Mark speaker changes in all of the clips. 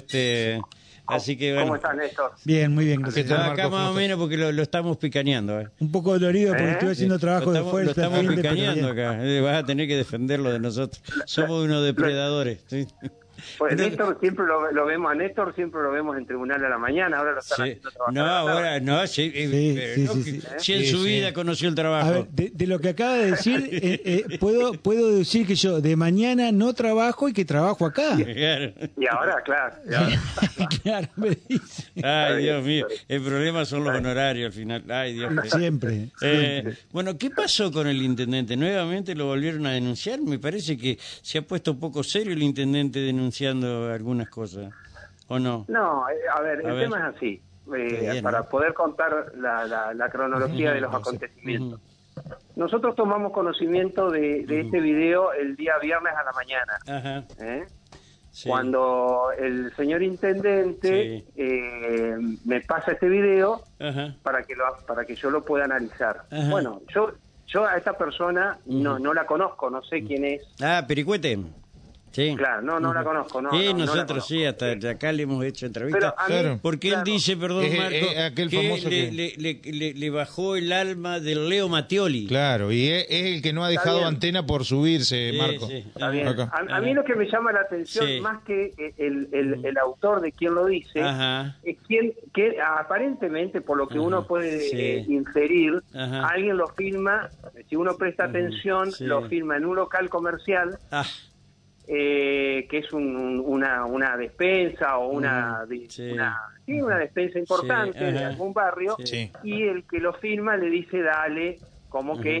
Speaker 1: Este, así que
Speaker 2: ¿Cómo
Speaker 1: bueno.
Speaker 2: estás, Néstor?
Speaker 3: Bien, muy bien,
Speaker 1: Que
Speaker 3: gracias.
Speaker 1: estaba
Speaker 3: Marco,
Speaker 1: acá más o
Speaker 3: Fonsi.
Speaker 1: menos porque lo, lo estamos picaneando. eh.
Speaker 3: Un poco dolorido porque
Speaker 2: ¿Eh?
Speaker 3: estoy haciendo
Speaker 1: Sí,
Speaker 3: trabajo
Speaker 1: lo
Speaker 3: de
Speaker 1: estamos-
Speaker 3: fuerza.
Speaker 1: Lo estamos
Speaker 3: humilde, pero
Speaker 1: picaneando
Speaker 3: bien.
Speaker 1: acá. Eh, Vas a tener que defenderlo de nosotros. Somos unos depredadores. ¿sí?
Speaker 2: Pues
Speaker 1: Entonces-
Speaker 2: Néstor siempre lo, lo vemos a Néstor, siempre lo vemos en tribunal a la mañana, ahora lo están
Speaker 1: Sí.
Speaker 2: haciendo trabajar.
Speaker 1: No,
Speaker 2: a la tarde.
Speaker 1: ahora no. Sí, eh,
Speaker 3: Sí,
Speaker 1: pero
Speaker 3: sí,
Speaker 1: no,
Speaker 3: sí,
Speaker 1: que-
Speaker 3: sí.
Speaker 1: Si en
Speaker 3: Sí,
Speaker 1: su
Speaker 3: sí.
Speaker 1: vida conoció el
Speaker 3: A
Speaker 1: trabajo.
Speaker 3: ver, de, de lo que acaba de decir, eh, eh, puedo, puedo decir que yo de mañana no trabajo y que trabajo acá.
Speaker 1: Claro.
Speaker 2: Y ahora, claro. y ahora.
Speaker 3: claro, me dice.
Speaker 1: Ay, Dios mío.
Speaker 2: bien, está bien.
Speaker 1: El problema son los honorarios al final. Ay, Dios mío.
Speaker 3: Siempre.
Speaker 1: Eh, bueno, ¿qué pasó con el intendente? Nuevamente lo volvieron a denunciar. Me parece que se ha puesto un poco serio el intendente denunciando algunas cosas. ¿O no?
Speaker 2: No, eh, a ver,
Speaker 1: A
Speaker 2: el
Speaker 1: ver.
Speaker 2: tema es así. Eh,
Speaker 1: Está bien,
Speaker 2: para
Speaker 1: ¿no?
Speaker 2: poder contar la, la- la cronología de los acontecimientos. Nosotros tomamos conocimiento de, de este video el día viernes a la mañana.
Speaker 1: Ajá.
Speaker 2: ¿eh?
Speaker 1: sí.
Speaker 2: Cuando el señor intendente
Speaker 1: Sí.
Speaker 2: eh, me pasa este video,
Speaker 1: Ajá.
Speaker 2: para que lo, para que yo lo pueda analizar.
Speaker 1: Ajá.
Speaker 2: Bueno, yo yo a esta persona no no la conozco, no sé quién es.
Speaker 1: Ah, Pericuete. Sí.
Speaker 2: Claro, no no la conozco, no.
Speaker 1: sí,
Speaker 2: no, no la
Speaker 1: nosotros
Speaker 2: conozco.
Speaker 1: sí, hasta acá le hemos hecho entrevistas.
Speaker 2: Pero a mí- Claro.
Speaker 1: Porque
Speaker 2: claro.
Speaker 1: él dice, perdón,
Speaker 4: Es- es
Speaker 1: Marco,
Speaker 4: aquel
Speaker 1: que, le,
Speaker 4: famoso que-
Speaker 1: le- le- le- le bajó el alma de Leo Mattioli.
Speaker 4: Claro, y es, es el que no ha
Speaker 2: Está
Speaker 4: dejado
Speaker 2: bien.
Speaker 4: antena por subirse,
Speaker 1: Sí,
Speaker 4: Marco.
Speaker 1: sí.
Speaker 2: Está bien.
Speaker 4: Acá.
Speaker 2: A, a mí lo que me llama la atención
Speaker 1: Sí.
Speaker 2: más que e, el, el- el autor de quien lo dice
Speaker 1: Ajá.
Speaker 2: es quien que aparentemente por lo que
Speaker 1: Ajá,
Speaker 2: uno puede
Speaker 1: sí.
Speaker 2: eh, inferir
Speaker 1: Ajá.
Speaker 2: alguien lo filma si uno presta atención
Speaker 1: sí.
Speaker 2: lo filma en un local comercial
Speaker 1: Ah,
Speaker 2: eh, que es un- un- una, una despensa o una, de-
Speaker 1: sí.
Speaker 2: una, sí, una despensa importante
Speaker 1: Sí,
Speaker 2: de
Speaker 1: ajá.
Speaker 2: algún barrio,
Speaker 4: Sí.
Speaker 2: y el que lo firma le dice dale, como que...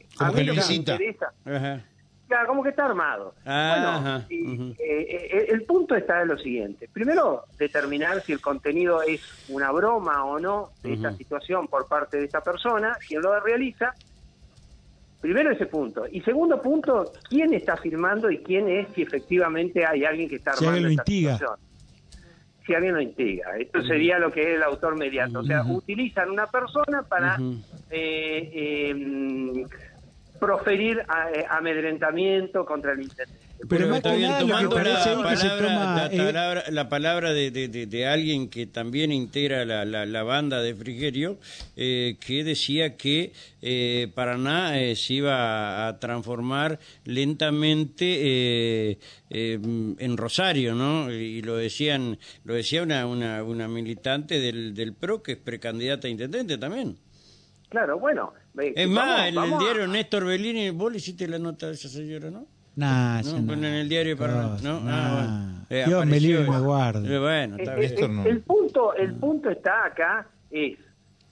Speaker 2: eh, a
Speaker 4: Como
Speaker 2: mí
Speaker 4: que
Speaker 2: lo
Speaker 4: lo
Speaker 2: me
Speaker 4: incita.
Speaker 2: interesa-
Speaker 1: ajá.
Speaker 2: Claro, como que está armado.
Speaker 1: Ajá,
Speaker 2: bueno, y,
Speaker 1: ujú.
Speaker 2: eh, eh, el punto está en lo siguiente. Primero, determinar si el contenido es una broma o no de esta situación por parte de esta persona, quien lo realiza. Primero ese punto. Y segundo punto, ¿quién está firmando y quién es si efectivamente hay alguien que está
Speaker 3: Si
Speaker 2: armando
Speaker 3: alguien lo
Speaker 2: esta
Speaker 3: instiga.
Speaker 2: situación? Si alguien lo instiga. Esto sería lo que es el autor mediato. O sea, utilizan una persona para
Speaker 1: Ujú.
Speaker 2: eh, eh, proferir a- eh, amedrentamiento contra el intendente.
Speaker 3: Pero más
Speaker 1: está
Speaker 3: que
Speaker 1: bien,
Speaker 3: nada, lo que
Speaker 1: tomando la
Speaker 3: parece es que se
Speaker 1: palabra,
Speaker 3: toma.
Speaker 1: la
Speaker 3: eh,
Speaker 1: palabra, la palabra de, de- de- de alguien que también integra la, la- la banda de Frigerio, eh, que decía que eh, Paraná eh, se iba a, a transformar lentamente eh, eh, en Rosario, ¿no? Y lo decían, lo decía una, una, una militante del, del PRO que es precandidata a intendente también.
Speaker 2: Claro, bueno. eh,
Speaker 1: Es
Speaker 2: vamos-
Speaker 1: más, en el
Speaker 2: vamos a-
Speaker 1: diario Néstor Bellini, vos le hiciste la nota a esa señora, ¿no?
Speaker 3: nah,
Speaker 1: No,
Speaker 3: ya no.
Speaker 1: bueno, en el diario Paraná,
Speaker 3: Dios,
Speaker 1: ¿no?
Speaker 3: nah.
Speaker 1: Ah, bueno. Eh,
Speaker 3: Dios me
Speaker 1: apareció,
Speaker 3: libre y
Speaker 1: eh.
Speaker 3: me guarde.
Speaker 1: Eh, bueno,
Speaker 2: Eh,
Speaker 1: está
Speaker 2: eh,
Speaker 1: bien.
Speaker 4: Néstor,
Speaker 2: eh,
Speaker 4: no.
Speaker 2: El punto, el punto está acá es,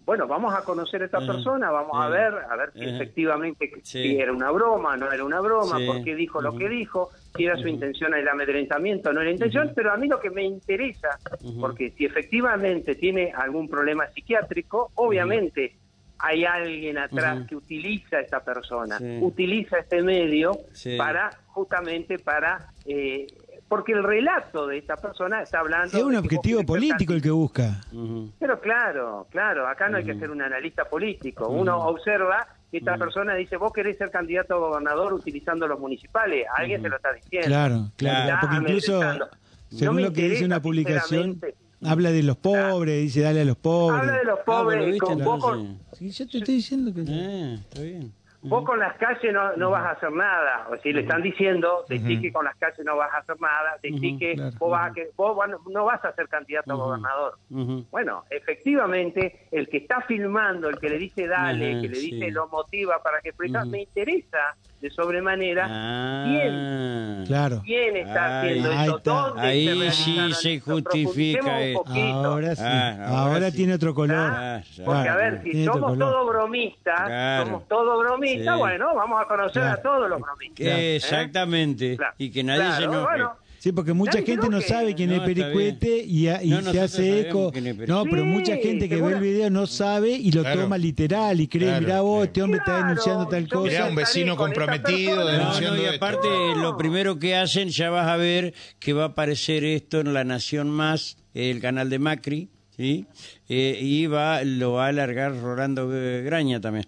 Speaker 2: bueno, vamos a conocer a esta persona, vamos a
Speaker 1: ajá,
Speaker 2: ver, a ver si
Speaker 1: ajá.
Speaker 2: efectivamente
Speaker 1: Sí.
Speaker 2: si era una broma, no era una broma,
Speaker 1: Sí,
Speaker 2: por qué dijo lo que dijo, si era su intención el amedrentamiento, no era intención, pero a mí lo que me interesa, porque si efectivamente tiene algún problema psiquiátrico, obviamente hay alguien atrás que utiliza a esta persona,
Speaker 1: Sí.
Speaker 2: utiliza este medio
Speaker 1: Sí.
Speaker 2: para justamente para eh, porque el relato de esta persona está hablando
Speaker 3: Es un
Speaker 2: de que vos
Speaker 3: objetivo
Speaker 2: querés ser
Speaker 3: político el Mm. que busca.
Speaker 2: Este,
Speaker 1: Ujú.
Speaker 2: pero claro, claro, acá no hay que ser un analista político.
Speaker 3: Mm.
Speaker 2: Uno observa que esta persona dice, vos querés ser candidato a gobernador utilizando los municipales. A alguien se lo está diciendo.
Speaker 3: Mm. Claro, claro.
Speaker 1: Claro.
Speaker 2: Está
Speaker 3: Porque incluso,
Speaker 2: amedrentando. No
Speaker 3: según
Speaker 2: me
Speaker 3: lo que dice
Speaker 2: interesa,
Speaker 3: una publicación,
Speaker 2: sinceramente.
Speaker 3: habla de los pobres, dice dale a los pobres.
Speaker 2: Habla de los
Speaker 1: Ah,
Speaker 2: pobres,
Speaker 1: bueno, viste,
Speaker 2: con, vos, con,
Speaker 1: entonces.
Speaker 3: Sí, yo te estoy diciendo que.
Speaker 1: Ah, está bien.
Speaker 2: vos con las calles no,
Speaker 3: Mm.
Speaker 2: no vas a hacer nada. O sea, le están diciendo, decí que con las calles no vas a hacer nada, decí que
Speaker 3: claro.
Speaker 2: vos, vas a que- vos van- no vas a ser candidato a gobernador.
Speaker 1: Ujú.
Speaker 2: Bueno, efectivamente, el que está filmando, el que le dice dale,
Speaker 1: Ajá,
Speaker 2: que le dice
Speaker 1: sí.
Speaker 2: lo motiva para que expresa, me interesa de sobremanera quién,
Speaker 1: Ah,
Speaker 3: Claro.
Speaker 2: quién está
Speaker 1: Ahí
Speaker 2: haciendo esto,
Speaker 3: está.
Speaker 2: dónde se
Speaker 1: Ahí
Speaker 2: realizaron
Speaker 1: sí
Speaker 2: esto.
Speaker 1: se justifica,
Speaker 2: Profundicemos
Speaker 1: eh.
Speaker 2: un poquito,
Speaker 3: Ahora sí.
Speaker 1: Ah, ahora
Speaker 3: ahora
Speaker 1: sí.
Speaker 3: tiene otro color.
Speaker 2: ¿ah?
Speaker 1: ya.
Speaker 2: Porque a
Speaker 3: Claro,
Speaker 2: ver, si
Speaker 3: tiene otro
Speaker 2: somos
Speaker 3: color.
Speaker 2: todos bromistas,
Speaker 1: Claro.
Speaker 2: somos todos bromistas,
Speaker 1: Sí.
Speaker 2: bueno, vamos a conocer a
Speaker 3: Claro.
Speaker 2: todos los bromistas. ¿eh?
Speaker 1: Exactamente.
Speaker 2: Claro.
Speaker 1: Y que nadie se
Speaker 2: Claro,
Speaker 1: enoje.
Speaker 2: bueno.
Speaker 3: Sí, porque mucha
Speaker 2: Nadie
Speaker 3: gente no
Speaker 2: creo que-
Speaker 3: sabe quién es
Speaker 1: No, está
Speaker 3: Pericuete
Speaker 1: bien.
Speaker 3: y, a- y
Speaker 1: No, nosotros
Speaker 3: se hace
Speaker 1: sabemos
Speaker 3: eco.
Speaker 1: quién es Pericuete.
Speaker 3: No,
Speaker 2: Sí,
Speaker 3: pero mucha gente que ve
Speaker 2: segura-
Speaker 3: el video no sabe y lo
Speaker 4: Claro.
Speaker 3: toma literal y cree,
Speaker 4: Claro,
Speaker 3: mirá vos,
Speaker 4: claro.
Speaker 3: este hombre está
Speaker 2: Claro,
Speaker 3: denunciando tal
Speaker 2: yo
Speaker 3: cosa.
Speaker 4: Mirá, un vecino
Speaker 2: con esta
Speaker 4: comprometido
Speaker 2: persona.
Speaker 1: No,
Speaker 4: denunciando
Speaker 1: no, y
Speaker 4: esto.
Speaker 1: aparte, lo primero que hacen, ya vas a ver que va a aparecer esto en La Nación Más, el canal de Macri, ¿sí? Eh, y va, lo va a alargar Rolando eh, Graña también.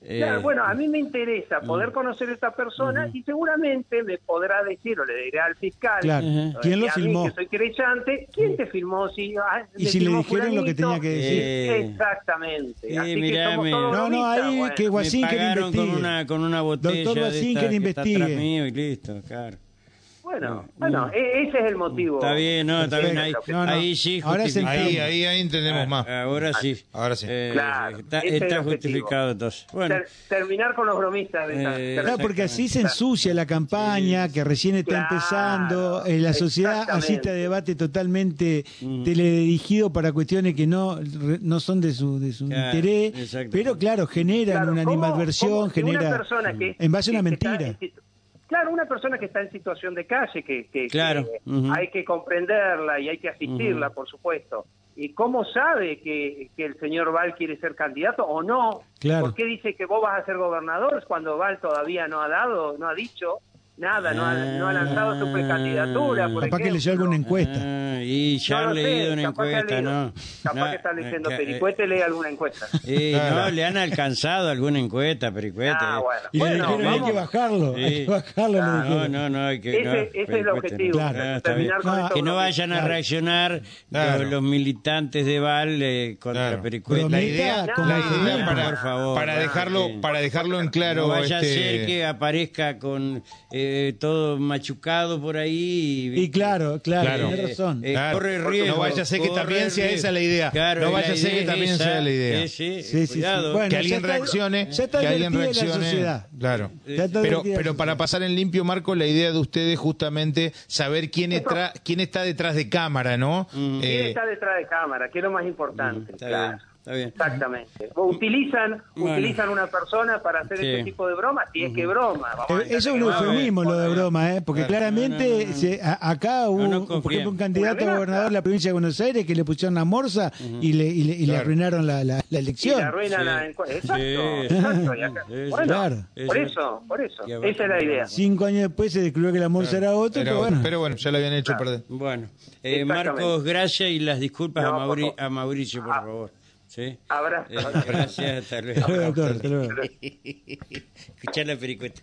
Speaker 1: Eh,
Speaker 2: Claro, bueno, a mí me interesa
Speaker 3: mm.
Speaker 2: poder conocer a esta persona y seguramente me podrá decir o le diré al fiscal,
Speaker 3: Claro.
Speaker 2: o
Speaker 3: ¿Quién lo
Speaker 2: a mí,
Speaker 3: filmó?
Speaker 2: que soy creyente, ¿quién te filmó? Si, ah,
Speaker 3: Y si le
Speaker 2: filmó
Speaker 3: dijeron lo que tenía que decir.
Speaker 1: Eh,
Speaker 2: Exactamente.
Speaker 1: eh,
Speaker 2: Así
Speaker 1: mirá,
Speaker 2: que somos
Speaker 1: me-
Speaker 2: todos
Speaker 3: No, no,
Speaker 2: bromistas,
Speaker 3: ahí
Speaker 2: bueno.
Speaker 3: que Guasín
Speaker 1: me
Speaker 3: que le
Speaker 1: pagaron con
Speaker 3: investigue.
Speaker 1: una, con una botella
Speaker 3: Doctor
Speaker 1: de
Speaker 3: Guasín,
Speaker 1: esta
Speaker 3: que le
Speaker 1: está atrás
Speaker 3: investigue.
Speaker 1: mío y listo, claro.
Speaker 2: Bueno, bueno, e- ese es el motivo.
Speaker 1: Está bien, no, está bien, ahí,
Speaker 3: No, no.
Speaker 1: ahí sí
Speaker 3: Ahora se
Speaker 1: justificamos.
Speaker 4: Ahí,
Speaker 3: entiende.
Speaker 4: ahí, ahí entendemos
Speaker 3: Ah,
Speaker 4: más.
Speaker 1: Ahora sí.
Speaker 4: Ahora sí.
Speaker 1: Eh,
Speaker 2: Claro,
Speaker 1: está
Speaker 2: ese es
Speaker 1: está
Speaker 2: el objetivo.
Speaker 1: justificado entonces. Bueno,
Speaker 2: Ter- terminar con los bromistas de esa-
Speaker 1: Eh,
Speaker 3: Claro, porque así se ensucia la campaña que recién está
Speaker 2: Claro,
Speaker 3: empezando, eh, la sociedad asiste a
Speaker 2: exactamente.
Speaker 3: debate totalmente teledirigido para cuestiones que no, re- no son de su, de su
Speaker 1: Claro,
Speaker 3: interés,
Speaker 1: exactamente.
Speaker 3: pero claro, generan
Speaker 2: Claro,
Speaker 3: una
Speaker 2: ¿cómo- cómo
Speaker 3: animadversión,
Speaker 2: que una
Speaker 3: genera
Speaker 2: persona que-
Speaker 3: en base a una
Speaker 2: que está
Speaker 3: mentira.
Speaker 2: en situ- claro, una persona que está en situación de calle, que, que-
Speaker 1: Claro,
Speaker 2: que
Speaker 1: ujú.
Speaker 2: hay que comprenderla y hay que asistirla, por supuesto. ¿Y cómo sabe que, que el señor Val quiere ser candidato o no?
Speaker 3: Claro.
Speaker 2: ¿Por qué dice que vos vas a ser gobernador cuando Val todavía no ha dado, no ha dicho nada, no ha, no ha lanzado su precandidatura? por
Speaker 3: Capaz que leyó
Speaker 2: ejemplo?
Speaker 3: alguna encuesta.
Speaker 1: ah, y ya
Speaker 2: No lo
Speaker 1: han
Speaker 2: sé,
Speaker 1: leído una
Speaker 2: capaz que ha
Speaker 1: encuesta,
Speaker 2: leído.
Speaker 1: ¿no?
Speaker 2: Capaz
Speaker 1: No,
Speaker 2: que está leyendo
Speaker 1: eh,
Speaker 2: Pericuete, lee alguna encuesta.
Speaker 1: eh, no,
Speaker 4: Claro.
Speaker 1: le han alcanzado alguna encuesta, Pericuete.
Speaker 2: Ah,
Speaker 1: eh.
Speaker 2: bueno.
Speaker 3: Y le
Speaker 2: Bueno,
Speaker 3: dijeron, hay
Speaker 2: vamos.
Speaker 3: que bajarlo, hay
Speaker 1: Sí.
Speaker 3: que bajarlo. le
Speaker 2: Ah,
Speaker 3: dijeron.
Speaker 1: No, no, no, hay que,
Speaker 2: Ese-
Speaker 1: no,
Speaker 2: ese es el
Speaker 1: Pericuete,
Speaker 2: objetivo,
Speaker 1: Ah,
Speaker 3: Claro.
Speaker 1: está bien.
Speaker 2: terminar con estos
Speaker 3: Ah, Claro.
Speaker 1: que no
Speaker 2: bromistas.
Speaker 1: vayan a
Speaker 3: Claro.
Speaker 1: reaccionar eh,
Speaker 4: Claro.
Speaker 1: los, los militantes de Val eh, contra
Speaker 4: Claro.
Speaker 1: Pericueta.
Speaker 4: La
Speaker 3: Prometa
Speaker 4: idea,
Speaker 2: como
Speaker 4: la
Speaker 2: se
Speaker 4: idea
Speaker 2: llama.
Speaker 4: para,
Speaker 1: Por favor,
Speaker 4: para
Speaker 1: no,
Speaker 4: dejarlo,
Speaker 1: sí.
Speaker 4: para dejarlo en claro.
Speaker 1: no vaya
Speaker 4: este,
Speaker 1: a ser que aparezca con eh, todo machucado por ahí.
Speaker 3: Y claro, claro,
Speaker 4: Claro.
Speaker 3: tenés razón.
Speaker 1: Eh,
Speaker 4: Claro.
Speaker 1: corre riesgo.
Speaker 4: No vaya a ser que
Speaker 1: corre
Speaker 4: también sea
Speaker 1: riesgo.
Speaker 4: esa la idea.
Speaker 1: Claro,
Speaker 4: No
Speaker 1: y
Speaker 4: vaya a ser
Speaker 1: idea
Speaker 4: que también
Speaker 1: es
Speaker 4: sea la idea.
Speaker 1: Sí, sí,
Speaker 3: Sí, sí, sí.
Speaker 1: cuidado.
Speaker 3: Bueno,
Speaker 4: que
Speaker 3: ya
Speaker 4: alguien
Speaker 3: está-
Speaker 4: reaccione,
Speaker 3: ya está
Speaker 4: que alguien
Speaker 3: advertida la
Speaker 4: reaccione.
Speaker 3: sociedad.
Speaker 4: Claro.
Speaker 3: Ya está
Speaker 4: Pero,
Speaker 3: advertida la
Speaker 4: pero
Speaker 3: sociedad.
Speaker 4: para pasar en limpio, Marco, la idea de ustedes justamente saber quién, está quién está detrás de cámara, ¿no?
Speaker 3: Mm.
Speaker 2: ¿Quién
Speaker 4: Eh,
Speaker 2: está detrás de cámara? Que es lo más importante.
Speaker 1: Está
Speaker 2: claro.
Speaker 1: bien, está bien.
Speaker 2: Exactamente. O utilizan,
Speaker 1: Bueno.
Speaker 2: utilizan una persona para hacer
Speaker 1: Sí.
Speaker 2: este tipo de bromas, si es que broma. vamos a
Speaker 3: Eh,
Speaker 2: entender
Speaker 3: Eso es un
Speaker 2: que broma.
Speaker 3: eufemismo lo de broma, ¿eh? porque
Speaker 1: Claro.
Speaker 3: claramente
Speaker 1: No, no, no, no.
Speaker 3: se- a- acá hubo,
Speaker 1: No, no
Speaker 3: un- por
Speaker 1: confíen.
Speaker 3: ejemplo, un candidato
Speaker 2: Una
Speaker 3: a
Speaker 2: amenaza.
Speaker 3: gobernador de la provincia de Buenos Aires que le pusieron la morsa y le, y le- y le
Speaker 4: Claro.
Speaker 3: arruinaron la, la- la
Speaker 2: Y
Speaker 3: elección.
Speaker 2: le arruinan
Speaker 1: Sí.
Speaker 2: la encuesta.
Speaker 1: Sí.
Speaker 2: Exacto. exacto. Y acá-
Speaker 1: Sí, sí.
Speaker 2: bueno,
Speaker 3: Claro.
Speaker 2: por
Speaker 1: Eso.
Speaker 2: eso, por eso.
Speaker 1: Y abajo
Speaker 2: Esa es la idea.
Speaker 3: Cinco años después se descubrió que la morsa era otro,
Speaker 4: era
Speaker 3: pero
Speaker 4: otro,
Speaker 3: bueno.
Speaker 4: pero bueno, ya lo habían hecho perder.
Speaker 1: Bueno, eh,
Speaker 2: Exactamente.
Speaker 1: Marcos, gracias y las disculpas
Speaker 2: No,
Speaker 1: a, Mauri-
Speaker 2: por favor.
Speaker 1: a Mauricio, por
Speaker 2: Ah.
Speaker 1: favor. ¿Sí?
Speaker 2: Abrazo.
Speaker 1: Eh, gracias, hasta luego.
Speaker 3: Hasta luego, doctor, hasta luego.
Speaker 1: Escuchar la pericueta.